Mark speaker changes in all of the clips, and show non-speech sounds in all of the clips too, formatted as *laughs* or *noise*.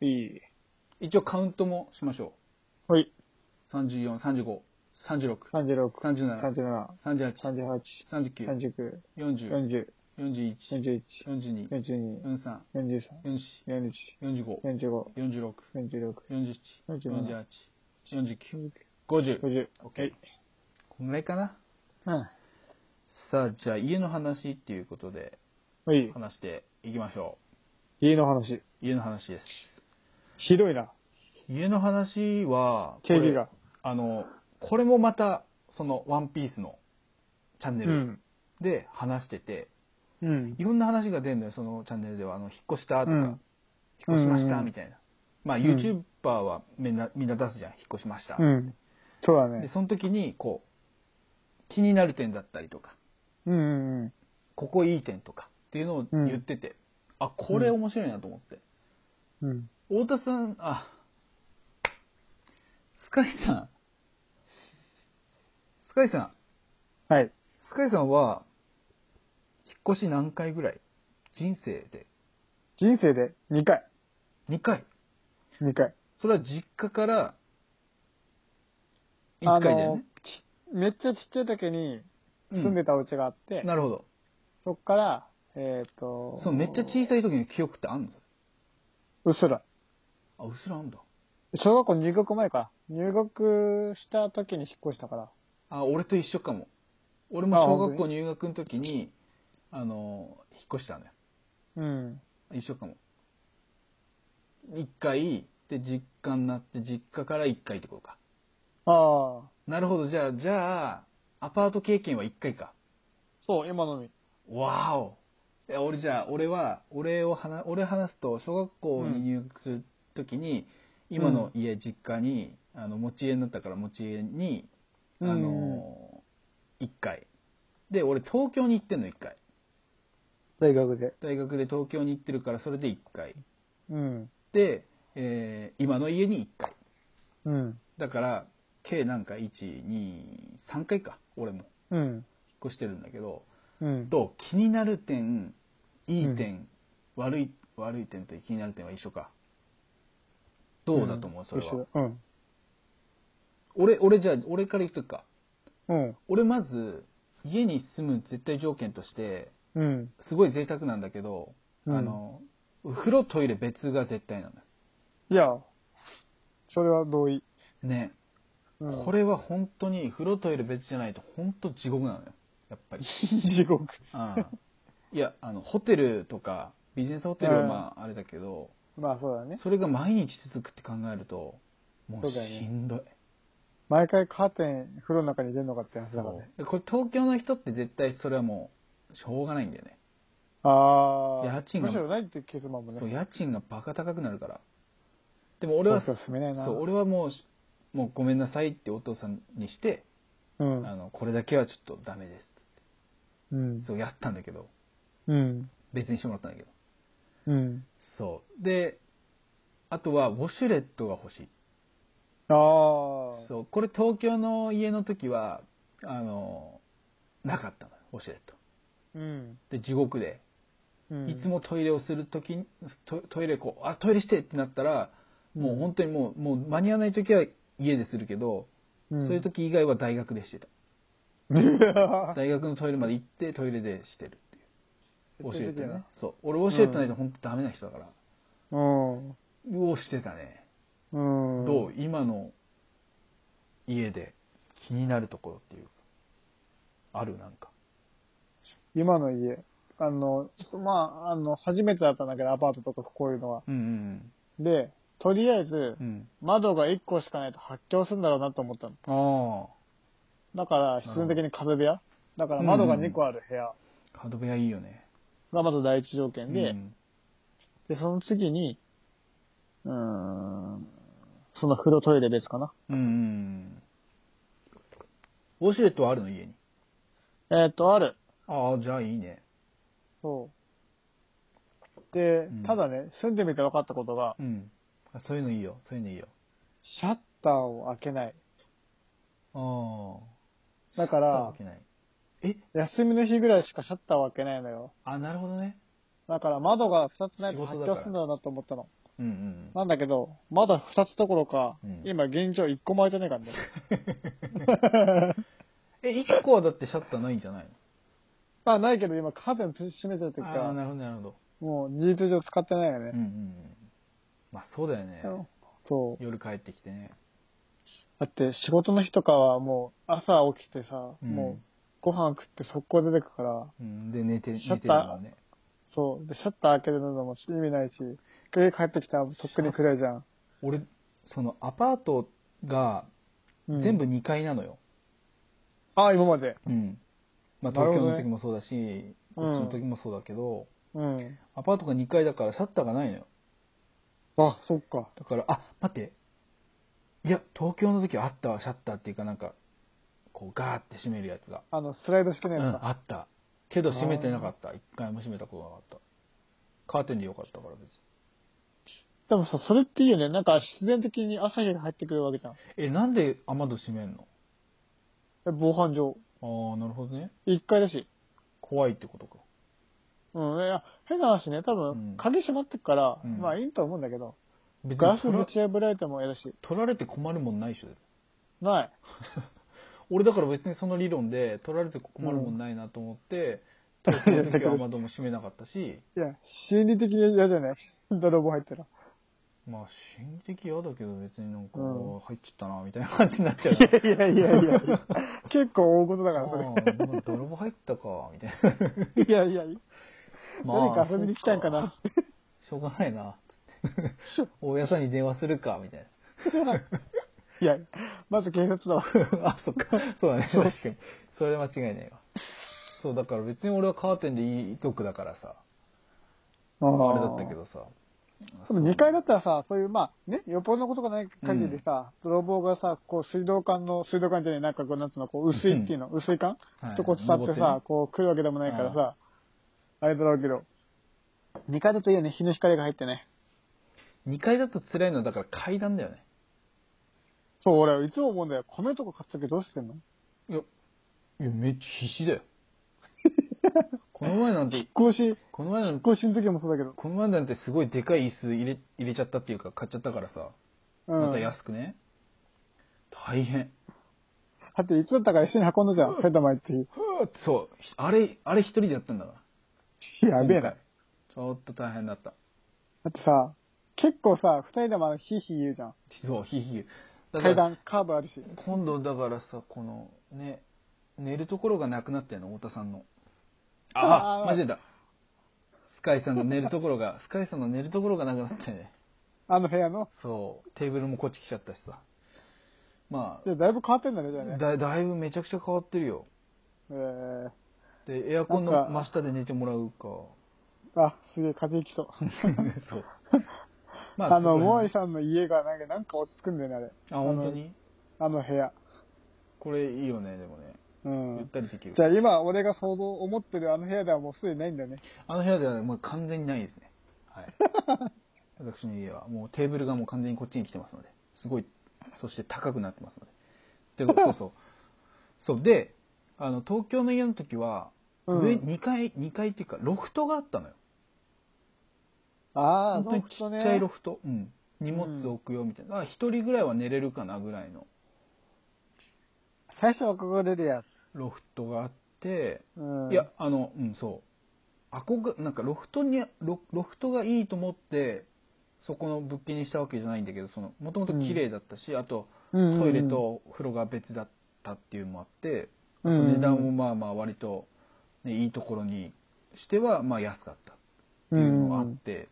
Speaker 1: いい。
Speaker 2: 一応カウントもしましょ
Speaker 1: はい。
Speaker 2: う。34、35、36、
Speaker 1: 36、
Speaker 2: 37、
Speaker 1: 37、
Speaker 2: 38、
Speaker 1: 38、
Speaker 2: 39、
Speaker 1: 39、
Speaker 2: 40、
Speaker 1: 40、
Speaker 2: 41、42、
Speaker 1: 41、42、
Speaker 2: 43、
Speaker 1: 43、
Speaker 2: 44、45、
Speaker 1: 40、45、
Speaker 2: 46、
Speaker 1: 46、
Speaker 2: 47、
Speaker 1: 47、
Speaker 2: 48、49、50。
Speaker 1: 50。
Speaker 2: OK。こんぐらいかな。
Speaker 1: うん。
Speaker 2: さあ、じゃあ家の話っていうことで
Speaker 1: はい。
Speaker 2: 話していきましょ
Speaker 1: 家の話。
Speaker 2: う。家の話です。
Speaker 1: ひどいな。
Speaker 2: 家の話は、こ
Speaker 1: 警
Speaker 2: れ
Speaker 1: 備が。
Speaker 2: あの、これもまた、その、ワンピースのチャンネ
Speaker 1: う
Speaker 2: ル
Speaker 1: ん。
Speaker 2: で話してて、
Speaker 1: うん
Speaker 2: い。ろんな話が出るのよ、そのチャンネルでは。あの、引っ越したとか、
Speaker 1: うん
Speaker 2: 引っ越しまし
Speaker 1: うんう
Speaker 2: た
Speaker 1: ん
Speaker 2: みたいな。まあ、
Speaker 1: うん
Speaker 2: YouTuber はみんな、みんな出すじゃん、引っ越しました。
Speaker 1: うん。そうだ
Speaker 2: で、
Speaker 1: ね。
Speaker 2: その時に、こう、気になる点だったりとか、
Speaker 1: うんうんうん。
Speaker 2: ここいい点とかっていうのを言ってて、あ、これ面白いなと思って。
Speaker 1: うん。
Speaker 2: 太田さん、あ、スカイさん、スカイさん、
Speaker 1: はい。
Speaker 2: スカイさんは、引っ越し何回ぐらい人生で
Speaker 1: 人生で2回。
Speaker 2: 2回。
Speaker 1: 2回。
Speaker 2: それは実家から1
Speaker 1: あ
Speaker 2: 回だよ
Speaker 1: の
Speaker 2: ね。、
Speaker 1: ちめっちゃちっちゃい時に
Speaker 2: うん
Speaker 1: 住んでたお家があって、
Speaker 2: なるほど。
Speaker 1: そっから、えっ、と、
Speaker 2: そのめっちゃ小さい時の記憶ってあんの
Speaker 1: うっすら。
Speaker 2: あ、うっすらあんだ。
Speaker 1: 小学校入学前か。入学した時に引っ越したから。
Speaker 2: あ、俺と一緒かも。俺も
Speaker 1: あ
Speaker 2: 小学
Speaker 1: 本
Speaker 2: 校
Speaker 1: 当
Speaker 2: 入学の時に、あの、引っ越したのよ。
Speaker 1: うん。
Speaker 2: 一緒かも。1回、で、実家になって、実家から1回ってことか。
Speaker 1: ああ。
Speaker 2: なるほど。じゃあ、じゃあ、アパート経験は1回か。
Speaker 1: そう、今のみ。
Speaker 2: わおいや俺じゃあ俺は俺を話俺話すと小学校に入学するときに、
Speaker 1: ん
Speaker 2: 今の家実家にあの持ち家になったから持ち家にあの、1回で俺東京に行ってんの1回
Speaker 1: 大学で。
Speaker 2: 大学で東京に行ってるからそれで1回
Speaker 1: うん。
Speaker 2: で、えー今の家に1回
Speaker 1: うん。
Speaker 2: だから計なんか123回か俺も
Speaker 1: うん。
Speaker 2: 引っ越してるんだけど
Speaker 1: うん。
Speaker 2: と気になる点いい点、悪い悪い点と気になる点は一緒かどうだと思う、それ
Speaker 1: 一緒
Speaker 2: は
Speaker 1: だうん。
Speaker 2: 俺俺じゃあ俺から言っとくか
Speaker 1: うん。
Speaker 2: 俺まず家に住む絶対条件として
Speaker 1: うん。
Speaker 2: すごい贅沢なんだけど、
Speaker 1: うん
Speaker 2: あの風呂トイレ別が絶対なのよ
Speaker 1: いや、それは同意。
Speaker 2: ね、
Speaker 1: うん、
Speaker 2: これは本当に風呂トイレ別じゃないと本当地獄なのよやっぱり
Speaker 1: *laughs* 地獄。
Speaker 2: うんいやあのホテルとかビジネスホテルはまああれだけど、
Speaker 1: まあそうだね。
Speaker 2: それが毎日続くって考えるともう
Speaker 1: そうだよね
Speaker 2: しんどい
Speaker 1: 毎回カーテン、風呂の中に入れるのかって話だからね。
Speaker 2: でこれ東京の人って絶対それはもうしょうがないんだよね
Speaker 1: ああ。
Speaker 2: 家賃が
Speaker 1: むしろないってケースもあるもんね。
Speaker 2: そう家賃がバカ高くなるからでも俺は
Speaker 1: そ
Speaker 2: そうう
Speaker 1: そう住めないな。
Speaker 2: 俺はもうしもうごめんなさいってお父さんにして、
Speaker 1: うん。
Speaker 2: あのこれだけはちょっとダメです
Speaker 1: うん。
Speaker 2: そうやったんだけど
Speaker 1: うん。
Speaker 2: 別にしてもらったんだけど
Speaker 1: うん。
Speaker 2: そうであとはウォシュレットが欲しい
Speaker 1: ああ。
Speaker 2: そうこれ東京の家の時はあのなかったのよウォシュレット
Speaker 1: うん。
Speaker 2: で地獄で
Speaker 1: うん。
Speaker 2: いつもトイレをするときトトイレこうあトイレしてってなったらもう本当にもうもう間に合わないときは家でするけど、
Speaker 1: うん、
Speaker 2: そうい
Speaker 1: *laughs*
Speaker 2: うとき以外は大学でしてた
Speaker 1: う
Speaker 2: 大学のトイレまで行ってトイレでしてるっていう教えてね
Speaker 1: な。
Speaker 2: そう俺教えてないと本当ダメな人だから、
Speaker 1: うん。
Speaker 2: うおしてたね、
Speaker 1: うん。
Speaker 2: どう今の家で気になるところっていうかあるなんか
Speaker 1: 今の家。あの、まあ、あの、初めてだったんだけど、アパートとかこういうのは。
Speaker 2: うん
Speaker 1: で、とりあえず
Speaker 2: うんう、ん
Speaker 1: 窓が1個しかないと発狂するんだろうなと思ったの。
Speaker 2: あ
Speaker 1: だから、必然的に角部屋。だから窓が2個ある部屋
Speaker 2: あ角部屋いいよね
Speaker 1: がまず第一条件で、
Speaker 2: うん
Speaker 1: で、その次に、うーん、その風呂トイレ別かな。
Speaker 2: うんうんうんウォシュレットはあるの家に
Speaker 1: えーっと、ある。
Speaker 2: ああじゃあいいね
Speaker 1: そう。で
Speaker 2: うん、
Speaker 1: ただね、住んでみて分かったことが、
Speaker 2: うんあそういうのいいよそういうのいいよ
Speaker 1: シャッターを開けない。
Speaker 2: ああ
Speaker 1: だか
Speaker 2: あ
Speaker 1: ら
Speaker 2: わ、けないえ
Speaker 1: 休みの日ぐらいしかシャッターを開けないのよ。
Speaker 2: あなるほどね
Speaker 1: だから窓が2つないと
Speaker 2: 仕
Speaker 1: 発
Speaker 2: 事だから
Speaker 1: 狂するんだろうなと思ったの。
Speaker 2: うんうん。
Speaker 1: なんだけど、まだ2つどころか、
Speaker 2: うん
Speaker 1: 今現状1個も開いてないからね。 *laughs*
Speaker 2: え、1個はだってシャッターないんじゃない
Speaker 1: まあないけど今カーテン閉めちゃってる
Speaker 2: の
Speaker 1: か
Speaker 2: ああー、なる
Speaker 1: ら、
Speaker 2: ほど、なるほど。
Speaker 1: もう事実上使ってないよ
Speaker 2: う
Speaker 1: ね
Speaker 2: んうん。うん。まあそうだよね。
Speaker 1: そう。
Speaker 2: 夜帰ってきてね。
Speaker 1: だって仕事の日とかはもう朝起きてさ、
Speaker 2: うん
Speaker 1: もうご飯食って速攻出てくから、
Speaker 2: うん、で、寝て、寝て
Speaker 1: シャッター
Speaker 2: るのね。
Speaker 1: そう。で、シャッター開けるのも意味ないし、家帰ってきたらとっくに暗いじゃん。
Speaker 2: 俺、そのアパートが
Speaker 1: うん
Speaker 2: 全部2階なのよ。
Speaker 1: ああ、今まで。
Speaker 2: うん。まあ
Speaker 1: なる
Speaker 2: 東京
Speaker 1: ほどね
Speaker 2: の時もそうだし、こっちの時もそうだけど、
Speaker 1: うん。
Speaker 2: アパートが2階だからシャッターがないのよ。
Speaker 1: あ、そっか。
Speaker 2: だから、あ、待って。いや、東京の時あったわ、シャッターっていうかなんか、こうガーって閉めるやつが。
Speaker 1: あの、スライド式の
Speaker 2: う
Speaker 1: やつ
Speaker 2: ん、
Speaker 1: だ。
Speaker 2: あった。けど閉めてなかった。一回も閉めたことなかった。カーテンでよかったから別に。
Speaker 1: でもさ、それっていいよね。なんか必然的に朝日が入ってくるわけじゃん。
Speaker 2: え、なんで雨戸閉めんの
Speaker 1: え防犯上。
Speaker 2: ああ、なるほどね。
Speaker 1: 1階だし。
Speaker 2: 怖いってことか。
Speaker 1: うん。いや、変な話ね。多
Speaker 2: う
Speaker 1: 分
Speaker 2: ん、
Speaker 1: 鍵閉まってっから、
Speaker 2: うん
Speaker 1: まあいいと思うんだけど、
Speaker 2: 別
Speaker 1: ガラ
Speaker 2: に
Speaker 1: ス
Speaker 2: 取
Speaker 1: ぶ
Speaker 2: ら
Speaker 1: ち破られても嫌だし。
Speaker 2: 取られて困るもんないでしょ。
Speaker 1: ない。
Speaker 2: 俺だから別にその理論で取られて困るもんないなと思
Speaker 1: *laughs*
Speaker 2: って、東京の時は雨戸も閉めなかったし、
Speaker 1: いや、心理的に嫌じゃない *laughs* 泥棒入ったら。
Speaker 2: まあ心理的嫌だけど別になんか、
Speaker 1: うん
Speaker 2: 入っちゃったなみたいな感じになっちゃう。
Speaker 1: いやいやいやいや。 *laughs* 結構大事だから、そ
Speaker 2: ああまあ泥棒入ったか、みたいな。
Speaker 1: れ。いやいや、
Speaker 2: ま
Speaker 1: *laughs* 何
Speaker 2: あ
Speaker 1: か遊びに来たんかな。
Speaker 2: しょうがないな。つって大家さんに電話するか、みたい
Speaker 1: *laughs* いや、まず警察だわ。
Speaker 2: な。あ、そっか。そうだね。確かに。それで間違いないわ。そう、だから別に俺はカーテンでいい族だからさ。あれだったけ。どさ。
Speaker 1: でも2階だったらさ、そういう、まあね、よっぽどのことがない限りさ、泥棒がさ、こう水道管の、水道管じゃない、なんかこう、なんつうの、こう、薄いっていうの、薄い管
Speaker 2: はい
Speaker 1: とこう伝って
Speaker 2: 登って
Speaker 1: さ
Speaker 2: ね、
Speaker 1: こう来るわけでもないからさ、あれだろうけど、2階だといいよね、日の光が入ってね。
Speaker 2: 2階だと辛いのはだから階段だよね。
Speaker 1: そう、俺、いつも思うんだよ。米とか買った時どうしてんの
Speaker 2: いや、いや、めっちゃ必死だ
Speaker 1: *laughs*
Speaker 2: よ。この前なんて、
Speaker 1: 引っ越し、引
Speaker 2: この前なんて、
Speaker 1: っ越しの時もそうだけど。
Speaker 2: この前なんてすごいでかい椅子入れ入れちゃったっていうか買っちゃったからさ。
Speaker 1: うん。
Speaker 2: また安くね。大変。
Speaker 1: だっていつだったから一緒に運んだじゃん、フェタマイっていう。
Speaker 2: そう。あれ、あれ一人でやったんだから。
Speaker 1: やべえ
Speaker 2: 今回
Speaker 1: な。だ。
Speaker 2: ちょっと大変だった。
Speaker 1: ってさ、結構さ、二人でもあのヒーヒー言うじゃん。
Speaker 2: そう、ひいひい。だか
Speaker 1: 階
Speaker 2: ら、
Speaker 1: 段、カーブあるし。
Speaker 2: 今度だからさ、この、ね、寝るところがなくなったよの、太田さんの。あ
Speaker 1: あー
Speaker 2: あ、マジだ。スカイさんの寝るところが、 *laughs* スカイさんの寝るところがなくなったよね。
Speaker 1: あの部屋の。
Speaker 2: そう、テーブルもこっち来ちゃったしさ。ま
Speaker 1: じゃあだいぶ変わってんだね、じゃあ
Speaker 2: あ、
Speaker 1: ね。
Speaker 2: だだいぶめちゃくちゃ変わってるよ。
Speaker 1: えー、
Speaker 2: で、エアコンの
Speaker 1: なんか
Speaker 2: 真下で寝てもらう
Speaker 1: *laughs*
Speaker 2: か。
Speaker 1: あ、すげえ、風邪きそう。 *laughs*
Speaker 2: そう。ま
Speaker 1: あの、
Speaker 2: そこ
Speaker 1: モ
Speaker 2: ら
Speaker 1: アイさんの家がなんか、なんか落ち着くんだよね、あれ。
Speaker 2: 辺あ、本当に
Speaker 1: あの部屋。
Speaker 2: これいいよね、でもね。
Speaker 1: う
Speaker 2: ゆっ
Speaker 1: ん。
Speaker 2: たりできる
Speaker 1: じ。ゃあ今、俺が想像、思ってるあの部屋ではもうすでにないんだよね。
Speaker 2: あの部屋ではもう完全にないですね。
Speaker 1: *laughs*
Speaker 2: はい。私の家はもうテーブルがもう完全にこっちに来てますので、すごい、そして高くなってますので。で、
Speaker 1: *laughs*
Speaker 2: そうそう。そう、で、あの、東京の家の時は、
Speaker 1: うん
Speaker 2: 上2階、2階っていうか、ロフトがあったのよ。
Speaker 1: ああ、
Speaker 2: 本当にちっち
Speaker 1: そうね
Speaker 2: ゃいロフト。うん。荷物置くよみたいな。あ一人ぐらいは寝れるかなぐらいの
Speaker 1: 最初憧れるやつ。
Speaker 2: ロフトがあって、
Speaker 1: うん。
Speaker 2: いや、、あの、うん、そう。憧れなんかロフトにロ、ロフトがいいと思って、そこの物件にしたわけじゃないんだけど、その、もともと綺麗だったし、あと、
Speaker 1: うんうんうん
Speaker 2: トイレとお風呂が別だったっていうのもあって、あ
Speaker 1: う
Speaker 2: と
Speaker 1: んうんうん
Speaker 2: 値段もまあまあ割と、ね、いいところにしては、まあ安かったって
Speaker 1: う
Speaker 2: い
Speaker 1: ん
Speaker 2: うのがあって、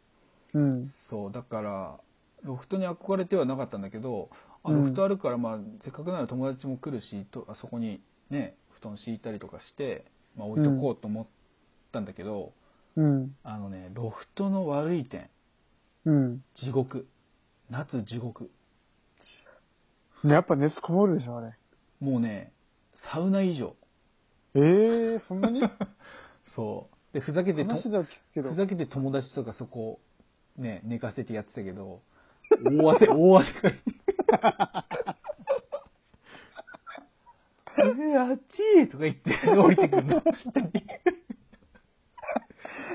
Speaker 1: うん。
Speaker 2: そう、だから、ロフトに憧れてはなかったんだけど、あ
Speaker 1: うん
Speaker 2: ロフトあるから、まあ、せっかくなら友達も来るし、とあそこにね、布団敷いたりとかして、まあ、置いとこうと思ったんだけど、
Speaker 1: うん。
Speaker 2: あのね、ロフトの悪い点、
Speaker 1: うん。
Speaker 2: 地獄。夏地獄。
Speaker 1: やっぱ熱こもるでしょ、あれ。
Speaker 2: もうね、サウナ以上。
Speaker 1: ええそ
Speaker 2: *laughs*
Speaker 1: んなに
Speaker 2: そう。で、ふざけてと、
Speaker 1: 話では聞くけど
Speaker 2: ふ。ざけて友達とかそこ、ね、寝かせてやってたけ
Speaker 1: *laughs*
Speaker 2: ど、大汗、大汗かいて。え
Speaker 1: *laughs*
Speaker 2: ー、あっちーとか言って降りてくるの。下に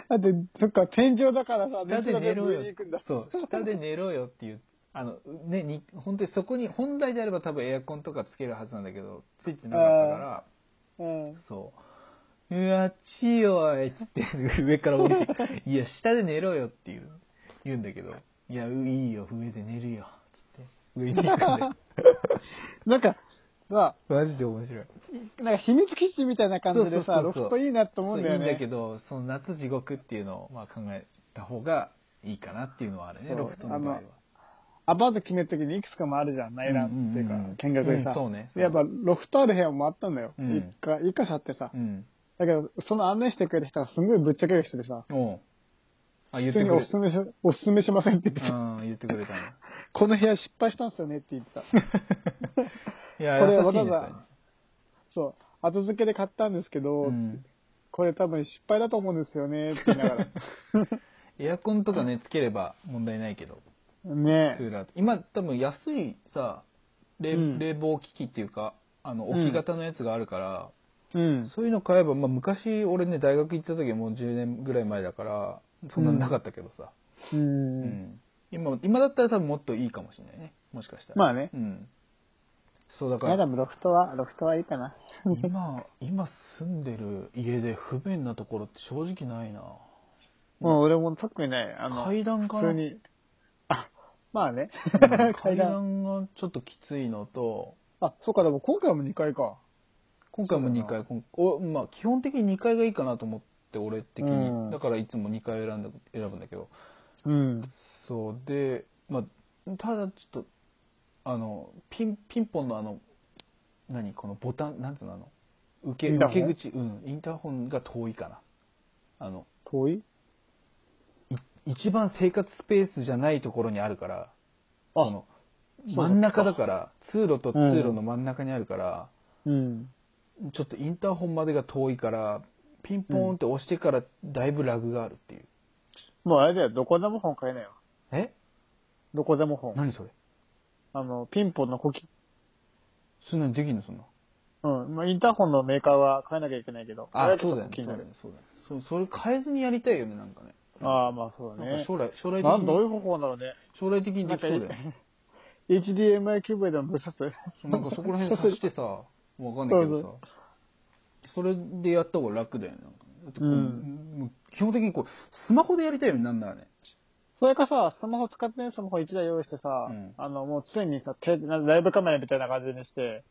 Speaker 1: だって、そっか、天井だからさ、
Speaker 2: 下
Speaker 1: 熱
Speaker 2: で
Speaker 1: が
Speaker 2: 寝
Speaker 1: 全部
Speaker 2: ろ
Speaker 1: 上
Speaker 2: よ
Speaker 1: に行くんだ。。
Speaker 2: そう、下で寝ろよっていう、あの、ね、に本当にそこに、本来であれば多分エアコンとかつけるはずなんだけど、ついてなかったから、
Speaker 1: うん。
Speaker 2: そう。うわ、ちよいっつって上から降り
Speaker 1: *laughs*
Speaker 2: て、いや、下で寝ろよっていう、言うんだけど、いや、ういいよ、上で寝るよ、つって、上に行くんだ
Speaker 1: *laughs*
Speaker 2: よ。
Speaker 1: なんか、さ、
Speaker 2: マジで面白い。
Speaker 1: なんか秘密基地みたいな感じでさ、
Speaker 2: そうそうそう
Speaker 1: ロ
Speaker 2: そう
Speaker 1: フトいいなと思うんだよ
Speaker 2: そういいんだけ
Speaker 1: ね。
Speaker 2: ど、その夏地獄っていうのを、まあ、考えた方がいいかなっていうのはあるね、
Speaker 1: そう
Speaker 2: ロフトの場合は
Speaker 1: あ。のアパート決めるときにいくつかもあるじゃん、内覧っていうか
Speaker 2: うんうんうん、
Speaker 1: 見学で
Speaker 2: う
Speaker 1: さ
Speaker 2: ん。そうね
Speaker 1: でやっぱ、ロフトある部屋もあったんだよ。
Speaker 2: うん
Speaker 1: 一か、一箇所あってさ
Speaker 2: う。ん。
Speaker 1: だけど、その案内してくれた人がすごいぶっちゃける人でさ、
Speaker 2: おうあ、言
Speaker 1: 普
Speaker 2: って
Speaker 1: 通
Speaker 2: く
Speaker 1: に
Speaker 2: れ
Speaker 1: おすすめし、おすすめしませんって言って
Speaker 2: う
Speaker 1: た。
Speaker 2: ん、言ってくれたね。
Speaker 1: この部屋失敗したんすよねって言
Speaker 2: *laughs*
Speaker 1: ってた。
Speaker 2: いや、
Speaker 1: これ
Speaker 2: 優しいね
Speaker 1: わざわざそう。後付けで買ったんですけど、
Speaker 2: それうん
Speaker 1: これ多分失敗だと思うんですよねって言いながら。
Speaker 2: エアコンとかね、つければ問題ないけど、 *laughs*
Speaker 1: ね
Speaker 2: ク
Speaker 1: え。
Speaker 2: ーラーと今、多分安いさ、冷
Speaker 1: うん
Speaker 2: 冷房機器っていうか、あの、置き型のやつがあるから、
Speaker 1: うん。
Speaker 2: そういうの買えば、まあ、昔、俺ね、大学行った時はもう10年ぐらい前だから、そんなのなかったけどさ、
Speaker 1: う
Speaker 2: うん
Speaker 1: ん。
Speaker 2: 今、今だったら多分もっといいかもしれないね。もしかしたら。
Speaker 1: まあね
Speaker 2: うん。そうだか
Speaker 1: やだ
Speaker 2: ら、
Speaker 1: もロフトは、ロフトはいいかな。
Speaker 2: 今、今住んでる家で不便なところって正直ないな。
Speaker 1: もう俺も特にね、あの、
Speaker 2: 階段か
Speaker 1: 普
Speaker 2: な
Speaker 1: 通に。あ、まあね
Speaker 2: うん。階
Speaker 1: *laughs* 階
Speaker 2: 段
Speaker 1: 段。
Speaker 2: がちょっときついのと、
Speaker 1: あ、そうか、でも今回も2階か。
Speaker 2: 今回も2階、今おまあ、基本的に2階がいいかなと思って、俺的に。
Speaker 1: うん
Speaker 2: だからいつも2階を選んだ選ぶんだけど。
Speaker 1: うん。
Speaker 2: そうで、まあ、ただちょっと、あの、ピン、ピンポンのあの、何このボタン、なんつうのあの、受け、
Speaker 1: インターホン
Speaker 2: 受け口、うん、インターホンが遠いかな。あの、
Speaker 1: 遠い
Speaker 2: い一番生活スペースじゃないところにあるから、
Speaker 1: あ
Speaker 2: その
Speaker 1: そうだ
Speaker 2: 真ん中だから、通路と通路の真ん中にあるから、
Speaker 1: うん。
Speaker 2: ちょっとインターホンまでが遠いから、ピンポーンって押してからだいぶラグがあるっていう。
Speaker 1: もうあれだよ、どこでも本買えないよ。
Speaker 2: え
Speaker 1: どこでも本。
Speaker 2: 何それ
Speaker 1: あの、ピンポンのコキ。
Speaker 2: そんなにできんのそんな。
Speaker 1: うん。まあ、インターホンのメーカーは変えなきゃいけないけど。
Speaker 2: あ、
Speaker 1: れはち
Speaker 2: そ
Speaker 1: ょ
Speaker 2: う
Speaker 1: っ
Speaker 2: だ
Speaker 1: と
Speaker 2: よね。
Speaker 1: 気
Speaker 2: そうだ
Speaker 1: にな
Speaker 2: よ
Speaker 1: る
Speaker 2: ね。そうだよね。そそれ変えずにやりたいよね、なんかね。
Speaker 1: ああ、まあそうだ
Speaker 2: なん
Speaker 1: ね
Speaker 2: か。将来、将来的
Speaker 1: なんどう
Speaker 2: に、
Speaker 1: いう方法なのね。
Speaker 2: 将来的に
Speaker 1: な
Speaker 2: で
Speaker 1: ん
Speaker 2: き
Speaker 1: か
Speaker 2: そうだよ
Speaker 1: *laughs*
Speaker 2: ね。
Speaker 1: HDMI キューブでもぶっ刺す。
Speaker 2: そう *laughs* なんかそこら辺足してさ、わかんないけどさ
Speaker 1: そ、
Speaker 2: それでやった方が楽だよね。なんかねだってこう
Speaker 1: うん
Speaker 2: もう基本的にこう、スマホでやりたいよね、なんならね。
Speaker 1: それかさ、スマホ使ってないスマホ1台用意してさ、
Speaker 2: うん
Speaker 1: あの、もう常にさ、手なんかライブカメラみたいな感じにして、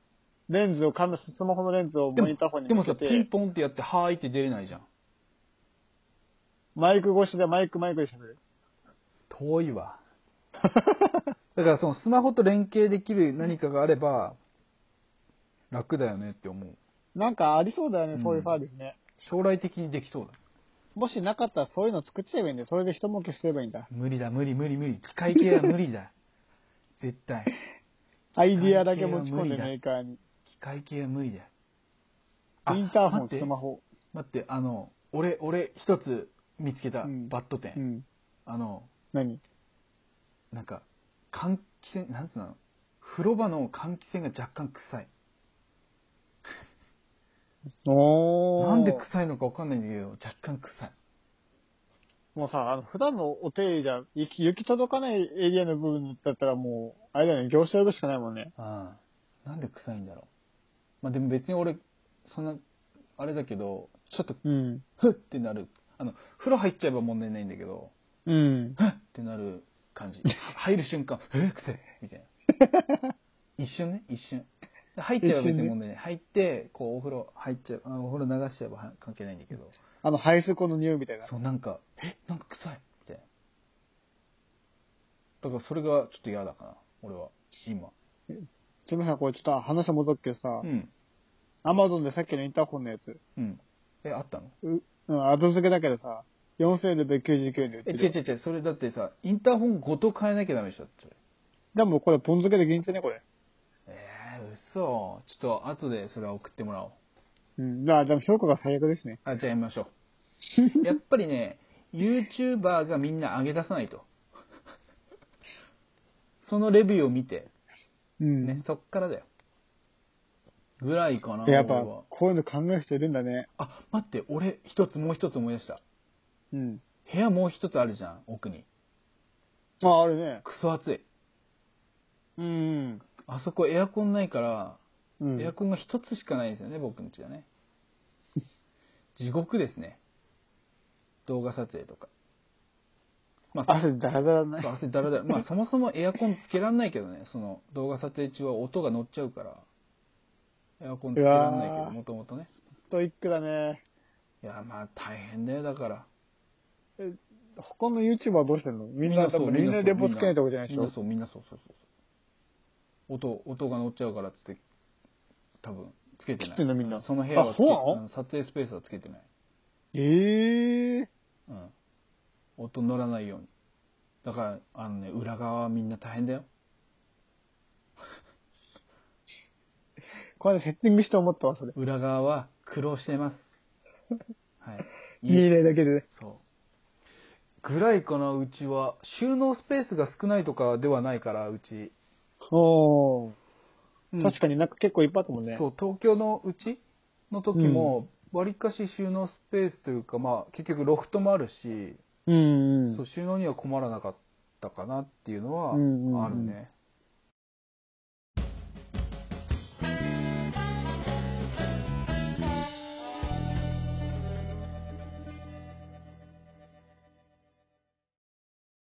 Speaker 1: レンズをカメ、スマホのレンズを
Speaker 2: で
Speaker 1: モ
Speaker 2: も
Speaker 1: ニターフォンに
Speaker 2: でも
Speaker 1: 向け
Speaker 2: さ、
Speaker 1: て、
Speaker 2: ピンポンってやって、はーいって出れないじゃん。
Speaker 1: マイク越しでマイクマイクで喋る。
Speaker 2: 遠い
Speaker 1: *laughs*
Speaker 2: わだからそのスマホと連携できる何かがあれば楽だよねって思う
Speaker 1: なんかありそうだよね、
Speaker 2: うん
Speaker 1: そういうサービスね。
Speaker 2: 将来的にできそうだ
Speaker 1: もしなかったらそういうの作っちゃえばいいんだよ。それで一儲けすればいいんだ。
Speaker 2: 無理だ無理無理無理機械系は無理
Speaker 1: *laughs*
Speaker 2: だ絶対
Speaker 1: アイディアだけ持ち込んでメーカーに。
Speaker 2: 機械系は無理だよあ
Speaker 1: インターホ
Speaker 2: 待
Speaker 1: ン、
Speaker 2: って
Speaker 1: スマホ。
Speaker 2: 待ってあの俺俺一つ見つけた、
Speaker 1: うん
Speaker 2: バッド店、
Speaker 1: うん。
Speaker 2: あの
Speaker 1: 何
Speaker 2: なんか換気扇なんつうの風呂場の換気扇が若干臭い
Speaker 1: おー。
Speaker 2: なんで臭いのかわかんないんだけど若干臭い
Speaker 1: もうさ、あの、普段のお手入れじゃ、雪、雪届かないエリアの部分だったらもう、あれだよね、業者呼ぶしかないもんね。
Speaker 2: ああなんで臭いんだろうまあでも別に俺そんなあれだけどちょっと
Speaker 1: うん。
Speaker 2: フッってなるあの風呂入っちゃえば問題ないんだけど
Speaker 1: うん。
Speaker 2: フッってなる感じ入る瞬間え臭いみたいな一瞬ね一瞬入っちゃえば別に問題ない入ってこうお風呂入っちゃうあお風呂流しちゃえばは関係ないんだけど
Speaker 1: あの、排水口の匂いみたいな。
Speaker 2: そうなんかえなんか臭いみたいなだからそれがちょっと嫌だかな俺は今
Speaker 1: すみません、これちょっと話戻っけどさ
Speaker 2: う、ん
Speaker 1: アマゾンでさっきのインターホンのやつ、
Speaker 2: うんえあったの
Speaker 1: う、うん、後付けだけどさ、4699円で売っ
Speaker 2: え、
Speaker 1: てる
Speaker 2: 違う
Speaker 1: よ。
Speaker 2: 違う違う、それだってさ、インターホンごと変えなきゃダメでしょって。
Speaker 1: でもこれ、ポン付けで現地ね、これ。
Speaker 2: えー、嘘。ちょっと後でそれは送ってもらおう。
Speaker 1: うん。じゃあ、でも評価が最悪で
Speaker 2: *laughs*
Speaker 1: すね。
Speaker 2: あ、じゃあやめましょ
Speaker 1: *laughs*
Speaker 2: う。やっぱりね、YouTuber がみんな上げ出さないと。 *laughs* そのレビューを見て、
Speaker 1: うん。
Speaker 2: ね、そっからだよ。ぐらいかな、
Speaker 1: でやっぱ、
Speaker 2: 俺は
Speaker 1: こういうの考える人いるんだね。
Speaker 2: あ、待って、俺、一つもう一つ思い出した。
Speaker 1: うん。
Speaker 2: 部屋もう一つあるじゃん、奥に。
Speaker 1: あ、あれね。
Speaker 2: クソ暑い。
Speaker 1: うん。
Speaker 2: あそこエアコンないから、
Speaker 1: うん。
Speaker 2: エアコンが一つしかないんですよね、僕の家
Speaker 1: *laughs*
Speaker 2: はね。地獄ですね。動画撮影とか。まあ、
Speaker 1: 汗だらだらね。
Speaker 2: そう汗だらだら。まあ、そもそもエアコンつけらんないけどね、その動画撮影中は音が乗っちゃうから、エアコンつけらんないけ
Speaker 1: う
Speaker 2: ど、
Speaker 1: わー
Speaker 2: もともとね。
Speaker 1: ストイックだね。
Speaker 2: いや、まあ、大変だよ、だから。
Speaker 1: 他の YouTuber はどうしてんのみんな、多分みんな
Speaker 2: そう
Speaker 1: レポつけないとこじゃないでし
Speaker 2: みん
Speaker 1: ょ
Speaker 2: な。そう、みんなそう、そうそうそう。音、音が乗っちゃうからっつって、多分、つけてない。
Speaker 1: 切ってんのみんな
Speaker 2: その部屋は
Speaker 1: あそうなの
Speaker 2: うん撮影スペースはつけてない。
Speaker 1: ええ
Speaker 2: うん。音乗らないように。だから、あのね、裏側はみんな大変だよ。
Speaker 1: これセッティングして思ったわ、それ。
Speaker 2: 裏側は苦労して
Speaker 1: *laughs*
Speaker 2: ます。はい。
Speaker 1: いい例だけでね。
Speaker 2: そう。ぐらいかな、うちは。収納スペースが少ないとかではないから、うち。
Speaker 1: おー。
Speaker 2: うん
Speaker 1: 確かになんか結構いっぱいあったもんね。
Speaker 2: そう、東京のうちの時も、わりかし収納スペースというか、まあ、結局ロフトもあるし、
Speaker 1: うんうん。
Speaker 2: そう収納には困らなかったかなっていうのは
Speaker 1: うんうんうん
Speaker 2: あるね。